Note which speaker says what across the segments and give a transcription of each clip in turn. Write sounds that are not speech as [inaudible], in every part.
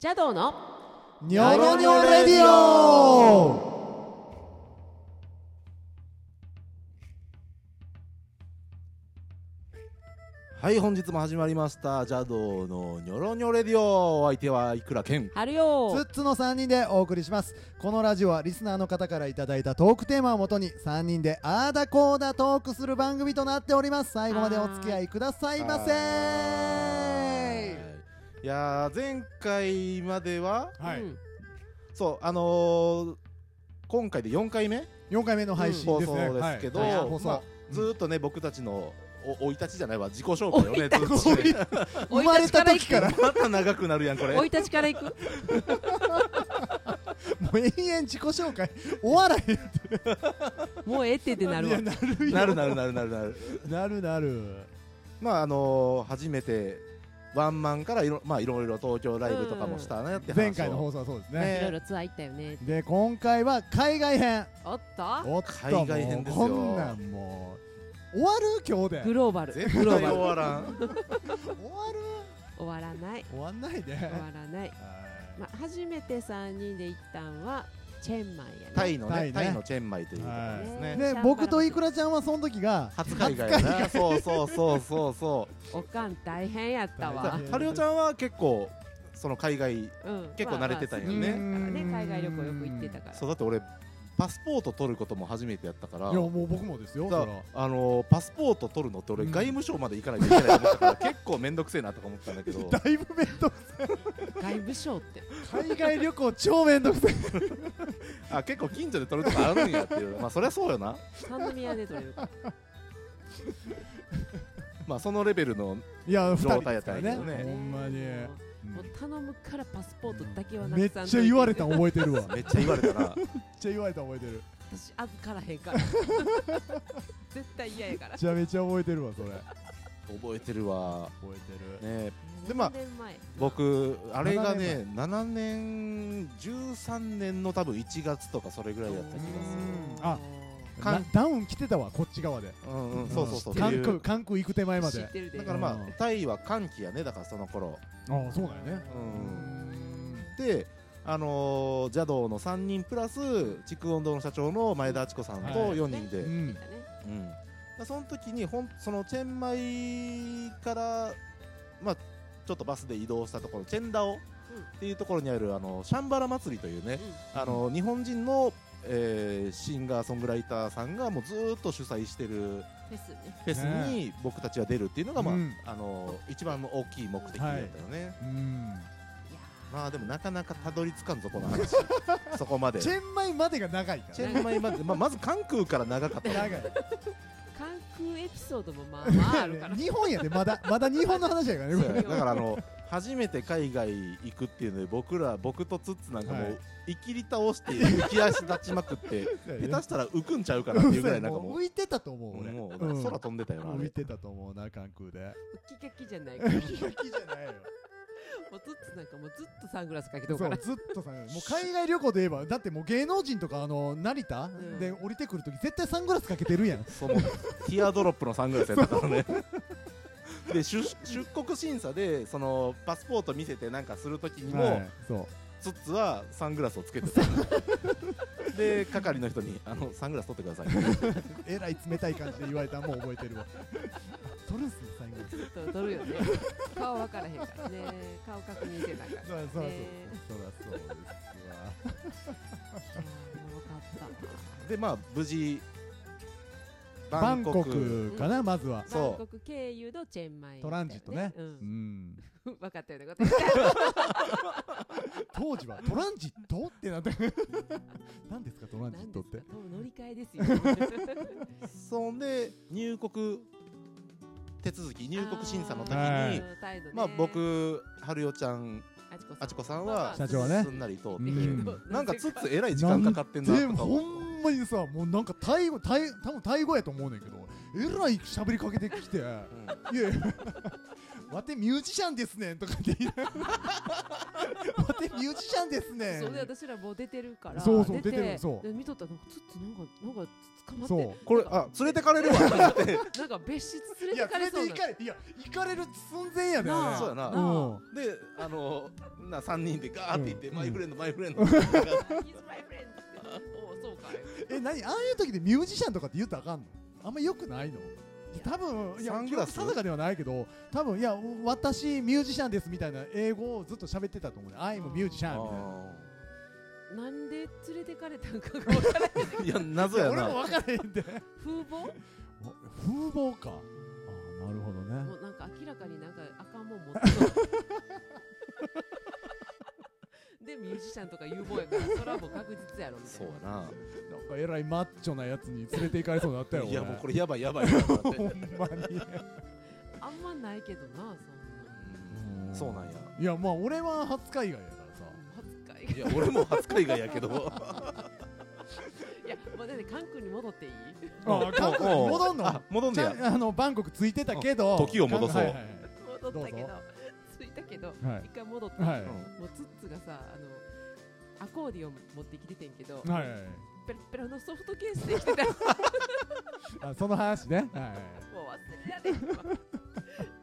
Speaker 1: 邪道の
Speaker 2: ニョロニョレディオはい本日も始まりましたジャドーのニョロニョレディオお相手はいくらけん
Speaker 1: はるよ
Speaker 3: ツッツの3人でお送りしますこのラジオはリスナーの方からいただいたトークテーマをもとに3人であーだこーだトークする番組となっております最後までお付き合いくださいませ
Speaker 2: いやー前回までは
Speaker 3: はい、
Speaker 1: うん
Speaker 2: そうあのー、今回で4回目
Speaker 3: 4回目の配信
Speaker 2: 放
Speaker 3: です
Speaker 2: 送
Speaker 3: ね、
Speaker 2: ですけど、
Speaker 3: はいはい放送
Speaker 2: まあずーっとね僕たちのお生い立ちじゃないわ自己紹介をねずっと
Speaker 3: 生い
Speaker 2: して
Speaker 3: 生まれた時から
Speaker 2: また長くなるやんこれ
Speaker 1: 生い立ちから行く
Speaker 3: もう延々自己紹介終わらへん
Speaker 1: もうええってってなる
Speaker 3: い
Speaker 1: わ
Speaker 3: やなるよ
Speaker 2: なるなるなるなるなる
Speaker 3: なるなる
Speaker 2: まああのー、初めてワンマンからいろ,、まあ、いろいろ東京ライブとかもしたなって話を
Speaker 3: 前回の放送はそうですね
Speaker 1: いろいろツアー行ったよね
Speaker 3: で今回は海外編
Speaker 1: おっと
Speaker 3: おっと
Speaker 2: 海外編です
Speaker 3: も
Speaker 2: よ
Speaker 3: うこんなんもう終わる今日で
Speaker 1: グ
Speaker 3: 終
Speaker 1: ローバル
Speaker 2: 絶
Speaker 1: グ
Speaker 2: 対
Speaker 1: ロー
Speaker 2: 終
Speaker 1: バル
Speaker 2: わらん
Speaker 3: わる
Speaker 1: 終わらない
Speaker 3: 終わんないで、
Speaker 1: 終わらない
Speaker 3: はい
Speaker 1: まあ初めて三人で行ったんはチェンマイやね
Speaker 2: タイのねタ
Speaker 3: タ
Speaker 2: イ
Speaker 3: イね
Speaker 2: のチェンマイというところですね、
Speaker 1: はい
Speaker 3: ね、僕とイクラちゃんはその時が
Speaker 2: 初海外やなそうそうそうそうそ
Speaker 1: おかん大変やった
Speaker 2: う
Speaker 3: あ
Speaker 2: じゃ
Speaker 1: わ
Speaker 2: [laughs] あはるよちゃんは結構その海外
Speaker 3: [laughs]
Speaker 1: うん
Speaker 2: 結構慣れてたんよね
Speaker 1: まあまあ好きだからね海外旅行よく行ってたから
Speaker 2: そうだって俺パスポート取ることも初めてやったから
Speaker 3: いやもう僕もですよ
Speaker 2: だ
Speaker 3: そ
Speaker 2: かららあのーパスポート取るのって俺、
Speaker 3: うん
Speaker 2: 外務省まで行かないといけないと思った [laughs] から結構面倒くせえなとか思ったんだけど
Speaker 3: だいぶ面倒く
Speaker 1: 外部省って
Speaker 3: さい海外旅行超面倒くさい
Speaker 2: あ結構近所で取るとかあるんやっていうまあそりゃそうよな
Speaker 1: 三宮で取れるから
Speaker 2: まあそのレベルの
Speaker 3: いや二
Speaker 2: 状
Speaker 3: 人
Speaker 2: 態や
Speaker 3: で
Speaker 2: っ
Speaker 3: す
Speaker 2: た
Speaker 3: か
Speaker 2: ん
Speaker 3: ら
Speaker 2: や
Speaker 3: ね
Speaker 2: けどね
Speaker 3: ほんまに
Speaker 1: もう頼むからパスポートだけはな
Speaker 3: めっ
Speaker 1: く
Speaker 3: ち
Speaker 1: さんと
Speaker 3: ゃ
Speaker 1: いて
Speaker 3: 言われたん覚えてるわ [laughs] めっ
Speaker 2: めっちゃ言われた [laughs] な
Speaker 3: ちゃ言われたん覚えてるめ
Speaker 1: 私預からへん [laughs] から絶対嫌やから
Speaker 3: ちゃめちゃ覚えてるわそれ覚
Speaker 2: 覚えてるわ
Speaker 3: えてる
Speaker 2: ねえでまあ
Speaker 1: 7年前
Speaker 2: 僕あれがね7年13年の多分1月とかそれぐらいだった気が
Speaker 3: うんあ
Speaker 2: か
Speaker 3: な
Speaker 2: ん
Speaker 3: ダウン来てたわこっち側です
Speaker 2: るうんうんそうそうそうってい
Speaker 3: 韓国
Speaker 2: う
Speaker 3: 韓国行く手前ま
Speaker 1: 知
Speaker 3: で
Speaker 1: ってるで
Speaker 2: だからま
Speaker 3: う
Speaker 2: あ
Speaker 3: ん
Speaker 2: タイは寒気やねだからその頃
Speaker 3: ああそうだよね
Speaker 2: うんであのー、邪道の3人プラス筑音堂の社長の前田敦子さんと
Speaker 3: はい
Speaker 2: 4人で、
Speaker 3: う
Speaker 2: うん
Speaker 3: ん
Speaker 2: だその時にほんそのチェンマイから、まあ、ちょっとバスで移動したところチェンダオっていうところにあるあのシャンバラ祭りというね、あの日本人の、えーシンガーソングライターさんがもうずーっと主催してる
Speaker 1: フェスね
Speaker 2: フェスに僕たちは出るっていうのが、まあ
Speaker 3: うん
Speaker 2: あの一番の大きい目的だったよね。
Speaker 3: うん
Speaker 1: いや
Speaker 2: まあでもなかなかたどり着かんぞこの話そこまで
Speaker 3: チ
Speaker 2: チ
Speaker 3: ェンマイまでが長いからね
Speaker 2: ェンマイまで、まあ、まず関空から長かった
Speaker 3: 長い
Speaker 1: ー関空エピソードもまあまああるから
Speaker 3: 日本やでまだまだ日本の話やからね [laughs]
Speaker 2: そう
Speaker 3: こ
Speaker 2: や
Speaker 3: れ
Speaker 2: [laughs] だからあの初めて海外行くっていうので僕ら僕とツッツなんかも
Speaker 3: は
Speaker 2: う
Speaker 3: い
Speaker 2: いきり倒して浮き足立ちまくって下手したら浮くんちゃうかなっていうぐらいなんか
Speaker 3: も
Speaker 2: も
Speaker 3: う
Speaker 2: う
Speaker 3: 浮いてたと思う俺
Speaker 2: もう
Speaker 3: うん
Speaker 2: 空飛んでたよなあ
Speaker 3: 浮い
Speaker 2: れ
Speaker 3: てたと思うな関空で
Speaker 1: きかきじゃないからもうずっ
Speaker 3: 浮きじゃないよ
Speaker 1: となんかもうずっとサングラスかけと
Speaker 3: そ
Speaker 1: くから
Speaker 3: うずっとさもう海外旅行で言えばだってもう芸能人とかあの成田
Speaker 1: ん
Speaker 3: で降りてくるとき絶対サングラスかけてるやん
Speaker 2: そのティアドロップのサングラスやったから
Speaker 3: [laughs]
Speaker 2: ねで出出国審査でそのパスポート見せてなんかするときにも、
Speaker 3: はいそう
Speaker 2: ツッツはサングラスをつけてたで係の人にあのサングラス取ってください
Speaker 3: えらい冷たい感じで言われたんもう覚えてるわ取るんすねサングラス
Speaker 1: ずっと撮るよね顔分からへんからね顔確認してたから
Speaker 3: そうそうそう
Speaker 1: ね
Speaker 3: そうそうです
Speaker 1: いや
Speaker 3: わ
Speaker 1: ーおもろかった
Speaker 2: でまあ無事
Speaker 3: バンコクかなまずは
Speaker 2: そう
Speaker 1: バンコク経由のチェンマイ
Speaker 3: トランジットね
Speaker 1: う
Speaker 3: うんん
Speaker 1: 分かったようなこと言って
Speaker 3: 当時はトランジットってなって [laughs] 何ですかトランジッ
Speaker 1: 何
Speaker 3: ト
Speaker 1: で
Speaker 3: っ
Speaker 1: すか
Speaker 3: て
Speaker 1: 多分乗り換えですよ入
Speaker 2: そんで入国手続き入国審査の時に、
Speaker 3: はい
Speaker 2: まあ僕春代ちゃんあちこさんは
Speaker 3: 社長はね
Speaker 2: すんなり通って、
Speaker 3: う
Speaker 1: できる
Speaker 3: ん
Speaker 1: と
Speaker 2: なんかツッツえらい時間かかってんな
Speaker 3: で
Speaker 2: とか
Speaker 3: ほんまにさもうなんかタイ語タイ多分タイ語やと思うねんけどえらい喋りかけてきて「いや [laughs]
Speaker 2: うん
Speaker 3: いや [laughs] わてミュージシャンですねん」とかって言いながらわてミュージシャンですね
Speaker 1: そうで私らもう出てるから
Speaker 3: そうそう
Speaker 1: て
Speaker 3: 出てるそう
Speaker 1: で見とったらなんかつってなんかなんか捕まっ
Speaker 3: そ
Speaker 1: て
Speaker 3: う
Speaker 2: これ
Speaker 1: なん
Speaker 2: あ
Speaker 1: か
Speaker 2: 連れてか
Speaker 3: [laughs]
Speaker 2: れるわ
Speaker 1: なんか別室連
Speaker 3: い
Speaker 1: れ
Speaker 3: や
Speaker 1: てかれ
Speaker 3: 連
Speaker 1: そう
Speaker 3: れて
Speaker 1: な
Speaker 3: 行かれいや行かれる寸前やであれ
Speaker 1: なあ
Speaker 2: そうやな
Speaker 1: なあ
Speaker 3: うん
Speaker 2: であのな3人でガーって言って、
Speaker 3: うん
Speaker 2: マイフレンドマイフレンドって言って
Speaker 1: [laughs] 「He's my friend」っておうそうかい
Speaker 3: え何ああいう時でミュージシャンとかって言ったらあかんのあんま良くないの
Speaker 1: や
Speaker 3: 多分いや
Speaker 2: サングラス
Speaker 3: 記憶定かではないけど多分いや私ミュージシャンですみたいな英語をずっと喋ってたと思うね「I'm ミュージシ
Speaker 2: あ
Speaker 3: ャン」みたいな
Speaker 2: ー
Speaker 1: なんで連れてかれたんかが分からへん
Speaker 2: [laughs] いや謎や
Speaker 3: 俺
Speaker 2: な
Speaker 3: も分からへ
Speaker 2: [laughs]
Speaker 3: んで
Speaker 1: 風貌
Speaker 3: 風貌かあなるほどね
Speaker 1: もうなんか明らかになんか赤んもん持って
Speaker 2: [laughs]
Speaker 1: そうでミュージシャンとか有望やからそれはもう確実やろみた
Speaker 2: そ
Speaker 1: いうな
Speaker 2: やな
Speaker 3: なんかえらいマッチョなやつに連れて行かれそうになったよ
Speaker 2: いやもうこ
Speaker 3: れ
Speaker 2: れやばいやばいやばいって
Speaker 3: ほんまに
Speaker 1: あんまないけどな
Speaker 2: うんそうなんや
Speaker 3: いやまあ俺は初海外やからさ
Speaker 1: そんな恥ずかい
Speaker 2: いや俺も初海外やけど
Speaker 1: いやもうだって韓国に戻っていい
Speaker 3: [laughs]
Speaker 1: [laughs]
Speaker 3: あ韓
Speaker 2: [laughs]
Speaker 3: 国に戻んの
Speaker 2: あ戻ん
Speaker 3: ち
Speaker 2: ね
Speaker 3: ゃん
Speaker 2: や
Speaker 3: あのバンコクついてたけど
Speaker 2: 時を戻そう
Speaker 3: はいはい
Speaker 1: 戻ったけど
Speaker 3: ど
Speaker 1: 着いたけど
Speaker 3: はい
Speaker 1: 一回戻って、
Speaker 3: はい
Speaker 1: もうツッツがさあのアコーディオン持ってきててんけど
Speaker 3: はいはいはい
Speaker 1: ペラペラのソフトケースできてた [laughs] もう
Speaker 3: あその話ねはいはい
Speaker 1: 忘れられんわ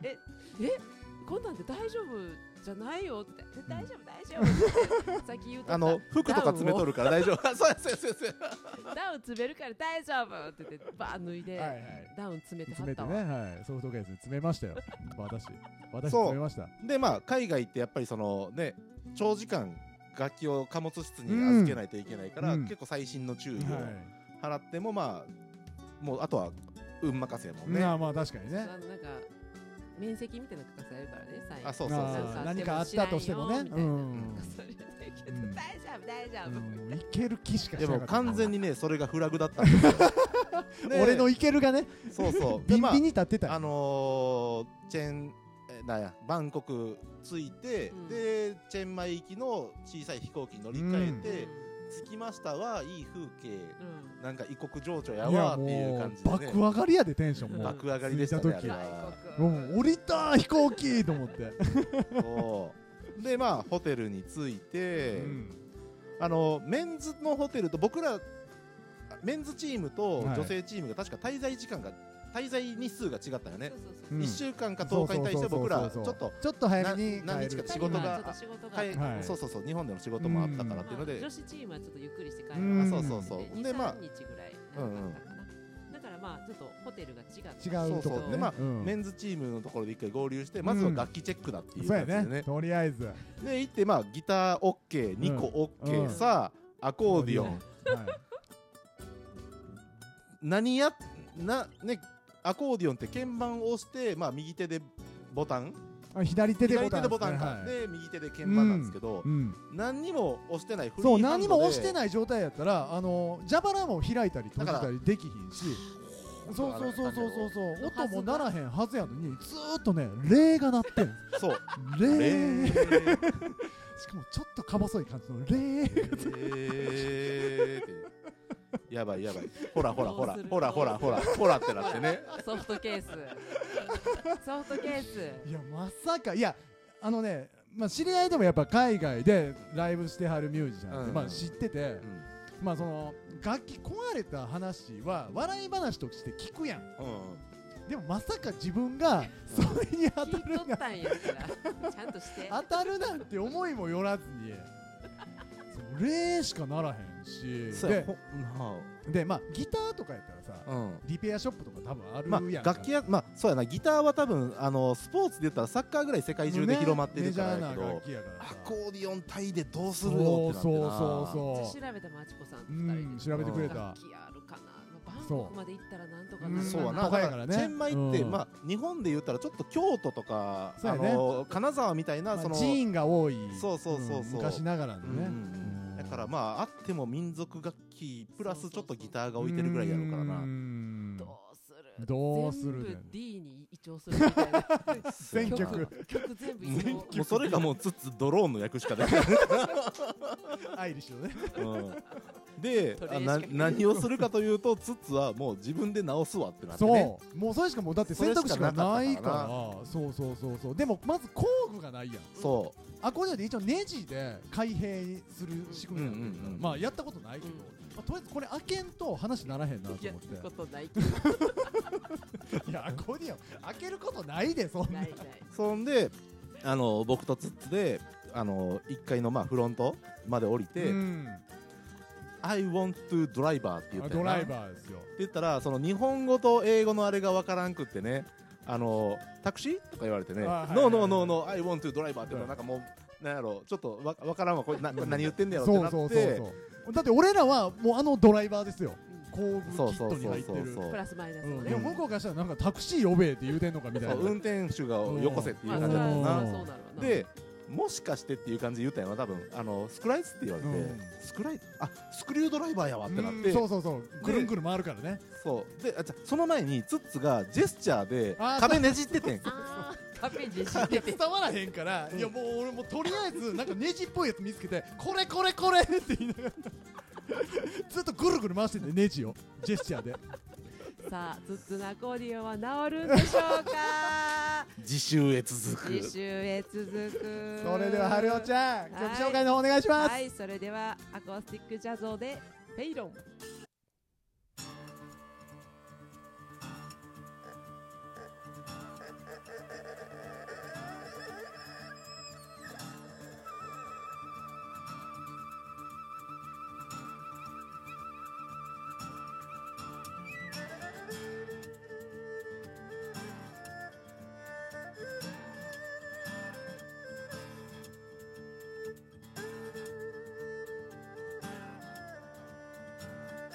Speaker 1: ええこんなんで大丈夫じゃないよってで大丈夫大丈夫ってさっき言うとった
Speaker 2: あの服とか詰めとるから大丈夫 [laughs] あそうやそうやそうやそうや
Speaker 1: ダウン詰めるから大丈夫って言ってバーン脱いで、
Speaker 3: はいはい
Speaker 1: ダウン詰めては
Speaker 3: 詰め
Speaker 1: ってたわ、
Speaker 3: ね、はい、ソフトケースに詰めました
Speaker 2: [laughs]
Speaker 3: よ。私、私
Speaker 2: そう
Speaker 3: 詰めました。
Speaker 2: でまあ海外ってやっぱりそのね長時間楽器を貨物室に預けないといけないから、
Speaker 3: うん
Speaker 2: 結構細心の注意を
Speaker 3: は
Speaker 2: 払ってもまあもうあとは運任せやも
Speaker 3: い。
Speaker 2: んね、
Speaker 3: まあまあ確かにね。
Speaker 1: あのなんか面積みたいなの書かされるからねサイン
Speaker 2: あそうそうそう
Speaker 1: なん
Speaker 3: あー
Speaker 1: か
Speaker 3: 何かあったとしてもね。
Speaker 1: 知
Speaker 3: う
Speaker 1: らんよ
Speaker 3: ん
Speaker 1: なんかそれだけど、
Speaker 3: うん
Speaker 1: 大丈夫大丈
Speaker 3: う
Speaker 1: 夫、
Speaker 3: ん。いける気しかし
Speaker 2: で
Speaker 3: なかっ
Speaker 2: も
Speaker 3: た。
Speaker 2: 完全にねそれがフラグだったん
Speaker 3: [laughs]
Speaker 2: ですよで
Speaker 3: 俺のいけるがね、
Speaker 2: そうそう
Speaker 3: ビ
Speaker 2: で
Speaker 3: ンビ
Speaker 2: ま
Speaker 3: ンに立ってたよ。
Speaker 2: ああのーチェンえなんやバンコク着いて、
Speaker 1: うん
Speaker 2: でチェンマイ行きの小さい飛行機に乗り換えて、
Speaker 1: う
Speaker 2: 着きましたはいい風景
Speaker 1: ん
Speaker 2: なんか異国情緒や
Speaker 3: いや
Speaker 2: わー
Speaker 3: も
Speaker 2: っていう感じで、
Speaker 3: 爆
Speaker 2: ね、
Speaker 3: 上がりやでテンションもう。
Speaker 2: 爆上がりでしたね
Speaker 3: 着いた
Speaker 2: あ
Speaker 3: 時
Speaker 2: れ
Speaker 1: 外
Speaker 2: は。
Speaker 1: 国、
Speaker 3: うん、降りた飛行機と思って。
Speaker 2: そうでまあホテルに着いて、
Speaker 3: うん
Speaker 2: あのメンズのホテルと僕らあメンズチームと
Speaker 3: はい
Speaker 2: 女性チームが確か滞在時間が滞在日数が違ったよね
Speaker 1: そう、そうそう
Speaker 3: うん
Speaker 2: 1週間か10日に対して僕らちょ
Speaker 3: そう
Speaker 2: っ
Speaker 3: そうそう
Speaker 2: と
Speaker 3: そうちょっと早めに
Speaker 2: な何
Speaker 3: 帰
Speaker 2: 日
Speaker 3: る
Speaker 2: か。仕事が
Speaker 1: まあちょっと仕事が
Speaker 2: かえ
Speaker 3: はい
Speaker 2: そうそうそう日本での仕事もあったからっていうので、
Speaker 1: まあ女子チームはちょっとゆっくりして帰る
Speaker 3: うん
Speaker 2: あそうそうそう
Speaker 1: で
Speaker 2: でまあ
Speaker 1: 23日ぐらいなんかあったかな、だからまあちょっとホテルが違
Speaker 3: 違
Speaker 1: う
Speaker 3: うとこ
Speaker 2: そうそう
Speaker 3: ね
Speaker 2: でまあ。
Speaker 3: うん
Speaker 2: メンズチームのところで一回合流してまずは楽器チェックだっていう
Speaker 3: そう
Speaker 2: 感
Speaker 3: や
Speaker 2: じでね,、
Speaker 3: ね。とりあえず。はい
Speaker 2: で行ってまあギター OK2 個 OK、
Speaker 3: うん
Speaker 2: さあアコーディオン、
Speaker 3: うん
Speaker 2: 何やなねアコーディオンって鍵盤を押して、まあ、右手でボタン [laughs]
Speaker 3: あ左手でボ
Speaker 2: 左
Speaker 3: タン
Speaker 2: 手です
Speaker 3: ね
Speaker 2: ボタンか、
Speaker 3: はい
Speaker 2: で右手で鍵盤なんですけど、
Speaker 3: うん。
Speaker 2: 何にも押してないフリー
Speaker 3: そう
Speaker 2: ハン
Speaker 3: 何
Speaker 2: ドで
Speaker 3: も押してない状態やったらあの蛇腹も開いたり閉じたりできひんしそうそうそうそうそうそう音もならへんはずやのにずーっとね霊が鳴ってん
Speaker 2: そう
Speaker 3: 霊し
Speaker 2: え
Speaker 3: かもちょっとか細い感じの霊
Speaker 2: ーってやばいやばいほらほらほ
Speaker 1: ど
Speaker 2: ら
Speaker 1: うする
Speaker 2: ほらほらほらほらってなってね
Speaker 1: ソフトケー
Speaker 3: [laughs]
Speaker 1: スソフトケース
Speaker 3: いやまさかいやあのねまあ知り合いでもやっぱ海外でライブしてはるミュージシャンって、
Speaker 2: うん
Speaker 3: まあ知ってて、まあその楽器壊れた話は笑い話として聞くやん
Speaker 2: うん、うん
Speaker 3: でもまさか自分がそれに当た
Speaker 1: 聞
Speaker 3: る
Speaker 1: い
Speaker 3: ん
Speaker 1: と
Speaker 3: や
Speaker 1: ったんやからちゃんとして
Speaker 3: 当たるなんて思いもよらずにそう霊しかならへんし
Speaker 2: そうや
Speaker 3: で
Speaker 2: ほな
Speaker 3: でまあギターとかやったらさ
Speaker 2: あうん
Speaker 3: リペアショップとか多分ある
Speaker 2: ま
Speaker 3: や
Speaker 2: あ、
Speaker 3: んか
Speaker 2: 楽器やまあそうやなギターは多分あのスポーツで言ったらサッカーぐらい世界中で広まってるからや
Speaker 3: ねメ
Speaker 2: け
Speaker 3: ジャーな
Speaker 2: ど
Speaker 3: 楽器やから
Speaker 2: ア
Speaker 3: さ
Speaker 2: コーディオンタイでどうす
Speaker 3: そ
Speaker 2: る
Speaker 3: う
Speaker 2: のってなって
Speaker 3: そう
Speaker 2: な
Speaker 3: そう
Speaker 1: じ
Speaker 3: そ
Speaker 1: ゃあ調べたマチコさんと
Speaker 3: うう
Speaker 1: 二人で、
Speaker 3: ん調べてくれた
Speaker 1: 楽器あるかなバン
Speaker 3: そう
Speaker 1: コクまで行ったらなんとかな
Speaker 3: う
Speaker 1: る
Speaker 3: ん
Speaker 1: か
Speaker 2: そうや
Speaker 3: 都
Speaker 2: な、
Speaker 3: 会
Speaker 2: だ
Speaker 3: やか
Speaker 2: からら
Speaker 3: ね
Speaker 2: チェンマイって、
Speaker 3: うん
Speaker 2: まあ、日本で言ったらちょっと京都とか、
Speaker 3: そう
Speaker 2: あ
Speaker 3: やね
Speaker 2: の金沢みたいな、
Speaker 3: まあ
Speaker 2: その、
Speaker 3: 寺院が多い
Speaker 2: そうそうそうそうん
Speaker 3: 昔ながらの
Speaker 2: うんうんう
Speaker 3: ね
Speaker 2: んだからまああっても民族楽器プラスちょっとギターが
Speaker 3: あ
Speaker 2: 置いてるぐらいやるからな
Speaker 3: な
Speaker 1: どうする
Speaker 3: どうす
Speaker 1: 全
Speaker 3: るね
Speaker 1: 部
Speaker 3: ん
Speaker 1: D に移調す
Speaker 3: [laughs]
Speaker 1: るみたいな
Speaker 3: 選
Speaker 2: も
Speaker 3: 曲
Speaker 1: 曲全部移
Speaker 2: う
Speaker 1: 調
Speaker 2: もうそれがもうつつドローンの役しかできない、
Speaker 3: アイリッシュのね
Speaker 2: うん、で
Speaker 1: トレー
Speaker 2: あ
Speaker 1: しか
Speaker 2: な何をするかというとつつはもう自分で直すわってなってね
Speaker 3: そうもうそれしかもうだって選択肢がないからそうそうそうそうでもまず工具がないやん
Speaker 2: そ
Speaker 3: アコーディオンで一応ネジで開閉する仕組みになってるから、
Speaker 2: うんうんうん
Speaker 3: まあやったことないけど、
Speaker 1: うん
Speaker 3: まあ、とりあえずこれ開けんと話ならへんなと
Speaker 1: いや
Speaker 3: 思
Speaker 1: るこ
Speaker 3: っ
Speaker 1: とないけど
Speaker 3: ていやアコーディオン開けることないでそん
Speaker 1: な
Speaker 3: な
Speaker 1: いない
Speaker 2: そんであの僕とつつであの1階のまあフロントまで降りて「
Speaker 3: うん、
Speaker 2: I want to driver」って言った
Speaker 3: ド
Speaker 2: よな
Speaker 3: ライ
Speaker 2: って
Speaker 3: バーですよ
Speaker 2: 言ったらその日本語と英語のあれがわからんくってねあのタクシーとか言われてね
Speaker 3: あは
Speaker 2: 「
Speaker 3: いはい
Speaker 2: No
Speaker 3: はい
Speaker 2: no no no I want to driver」って
Speaker 3: はい
Speaker 2: なんかもうなんやろうちょっとわわからんわこれなこれ何言ってんだよって
Speaker 3: そ
Speaker 2: な
Speaker 3: う
Speaker 2: って
Speaker 3: そうそうそうだって俺らはもうあのドライバーですよ
Speaker 1: う
Speaker 3: 工具キ
Speaker 2: そう
Speaker 3: ッ
Speaker 2: そ
Speaker 3: ト
Speaker 2: う
Speaker 3: に
Speaker 2: そ
Speaker 3: 入っ
Speaker 2: う
Speaker 3: て
Speaker 2: そう
Speaker 3: る
Speaker 2: そう
Speaker 1: プラスマイナス
Speaker 3: う
Speaker 1: の
Speaker 3: ん
Speaker 1: ね
Speaker 3: でも向こうからしたらなんかタクシー呼べって言うてんのかみたいな
Speaker 2: そう運転手がよこせっていう
Speaker 1: まあそれ
Speaker 2: 感じ
Speaker 1: は
Speaker 2: だったもん
Speaker 3: うう
Speaker 2: な
Speaker 1: そうなるわな
Speaker 2: でもしかしてっていう感じで言ったよな多分あのスクライスって言われて、
Speaker 3: うん
Speaker 2: スクライあスクリュードライバーやわってなって、
Speaker 3: うんそうそうそうぐるんぐるん回るからね
Speaker 2: そうであじゃその前にツッツがジェスチャーで
Speaker 3: あー
Speaker 2: 壁ねじっててん
Speaker 1: あーカフェで知ってて
Speaker 3: 伝わらへんから、いやもう俺もうとりあえずなんかネジっぽいやつ見つけてこれこれこれって言いながらずっとぐるぐる回してんねネジをジェスチャーで
Speaker 1: さあつつなコーディオンは治るんでしょう
Speaker 2: [laughs]
Speaker 1: か
Speaker 2: 自習へ続
Speaker 1: 次
Speaker 2: く
Speaker 1: 週へ続く
Speaker 3: それでは春代ちゃん曲
Speaker 1: はい
Speaker 3: 紹介の方お願いします、
Speaker 1: はいそれではアコースティックジャズオで「ペイロン」
Speaker 4: 「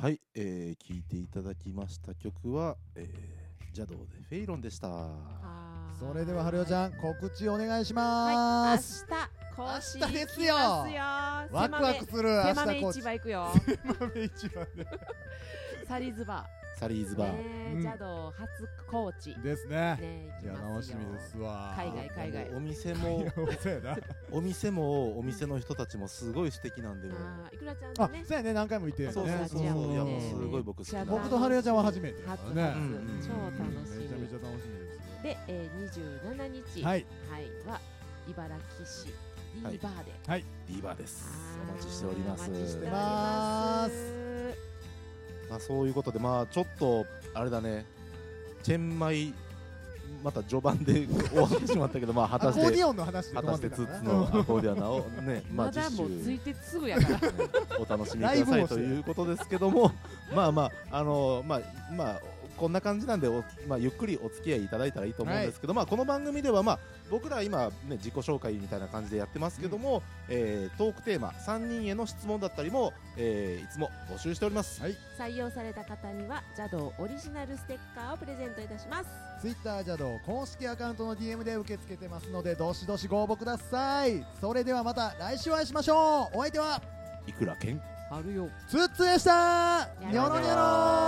Speaker 2: はい、えー、聞いていただきました曲は、えー、邪道でフェイロンでした。
Speaker 1: あー
Speaker 3: それでは春代ちゃん告知お願いしま
Speaker 1: はい、
Speaker 3: す、
Speaker 1: 明日更新
Speaker 3: 明日ですよ
Speaker 1: きますよ
Speaker 3: ワクワクする明
Speaker 1: 手
Speaker 3: 日
Speaker 1: 豆
Speaker 3: コー
Speaker 1: 市場行くよ
Speaker 3: 豆市場で
Speaker 1: サリズバ
Speaker 2: サリーズ
Speaker 1: ー
Speaker 2: バー。
Speaker 1: ねえ
Speaker 3: うん
Speaker 1: 邪道初コーチね
Speaker 3: ですね
Speaker 1: え
Speaker 3: いや
Speaker 1: 行き
Speaker 3: 楽
Speaker 1: ます
Speaker 3: し
Speaker 1: よ
Speaker 3: みですわ
Speaker 1: 海外海外
Speaker 2: お店も、
Speaker 3: [laughs] そうやな
Speaker 2: お店も、お店の人たちもすごい素敵なんで、もう
Speaker 1: あーいくらちゃんと
Speaker 3: あ
Speaker 1: ね
Speaker 3: そうやね何回も言ってる
Speaker 2: そうそうそう
Speaker 1: ね
Speaker 2: そう、いや
Speaker 1: ね
Speaker 2: もうすごい僕好きなんで
Speaker 3: 僕と春代ちゃんは初めてだ
Speaker 1: 初
Speaker 3: か
Speaker 1: 初、
Speaker 3: らね
Speaker 2: うん
Speaker 1: 超楽し
Speaker 3: めちゃめちゃ
Speaker 1: み
Speaker 3: 楽しみです
Speaker 1: で、えー、27日、
Speaker 3: はいい
Speaker 1: はい、は茨城市 D バ
Speaker 2: は
Speaker 1: ー
Speaker 2: い
Speaker 1: で、
Speaker 2: リーバーです
Speaker 1: あー。
Speaker 2: お待ちしております
Speaker 1: お。待ちしており
Speaker 3: ま
Speaker 1: ますす
Speaker 2: まあ、そういうことで、まあ、ちょっと、あれだね。チェンマイ。また序盤で [laughs] 終わってしまったけど、まあ、
Speaker 3: ア
Speaker 2: 果
Speaker 3: コ
Speaker 2: たし
Speaker 3: ーデ
Speaker 2: て。
Speaker 3: ィオンの話で
Speaker 2: 果
Speaker 3: 止ま
Speaker 2: た
Speaker 3: っ
Speaker 2: してて
Speaker 3: た
Speaker 2: ツ
Speaker 3: からな
Speaker 2: ッツのアコーディアナをね、まあ、
Speaker 1: [laughs] まだ
Speaker 2: 実
Speaker 1: もうつい
Speaker 2: 習。
Speaker 1: てすぐやから
Speaker 2: お楽しみく
Speaker 3: ライ
Speaker 2: だ
Speaker 3: ブをして
Speaker 2: さいということですけども、 [laughs] まあまあ、あのまあ、まあ、こんな感じなんでお、まあ、ゆっくりお付き合いいただいたらいいと思うんですけど、まあ、この番組では、まあ、僕ら今、ね、自己紹介みたいな感じでやってますけども、えートークテーマ3人への質問だったりも、えーいつも募集しております。
Speaker 3: はい
Speaker 1: 採用された方には邪道オリジナルステッカーをプレゼントいたします
Speaker 3: ツイッターじゃどう公式アカウントの DM で受け付けてますのでどしどしご応募くださいそれではまた来週お会いしましょうお相手はい
Speaker 2: くらけん
Speaker 1: あるよ
Speaker 3: ツッツーでした
Speaker 1: や
Speaker 3: ニョ
Speaker 1: ろ
Speaker 3: ロ
Speaker 1: う
Speaker 3: ニ
Speaker 1: ね
Speaker 3: ョロ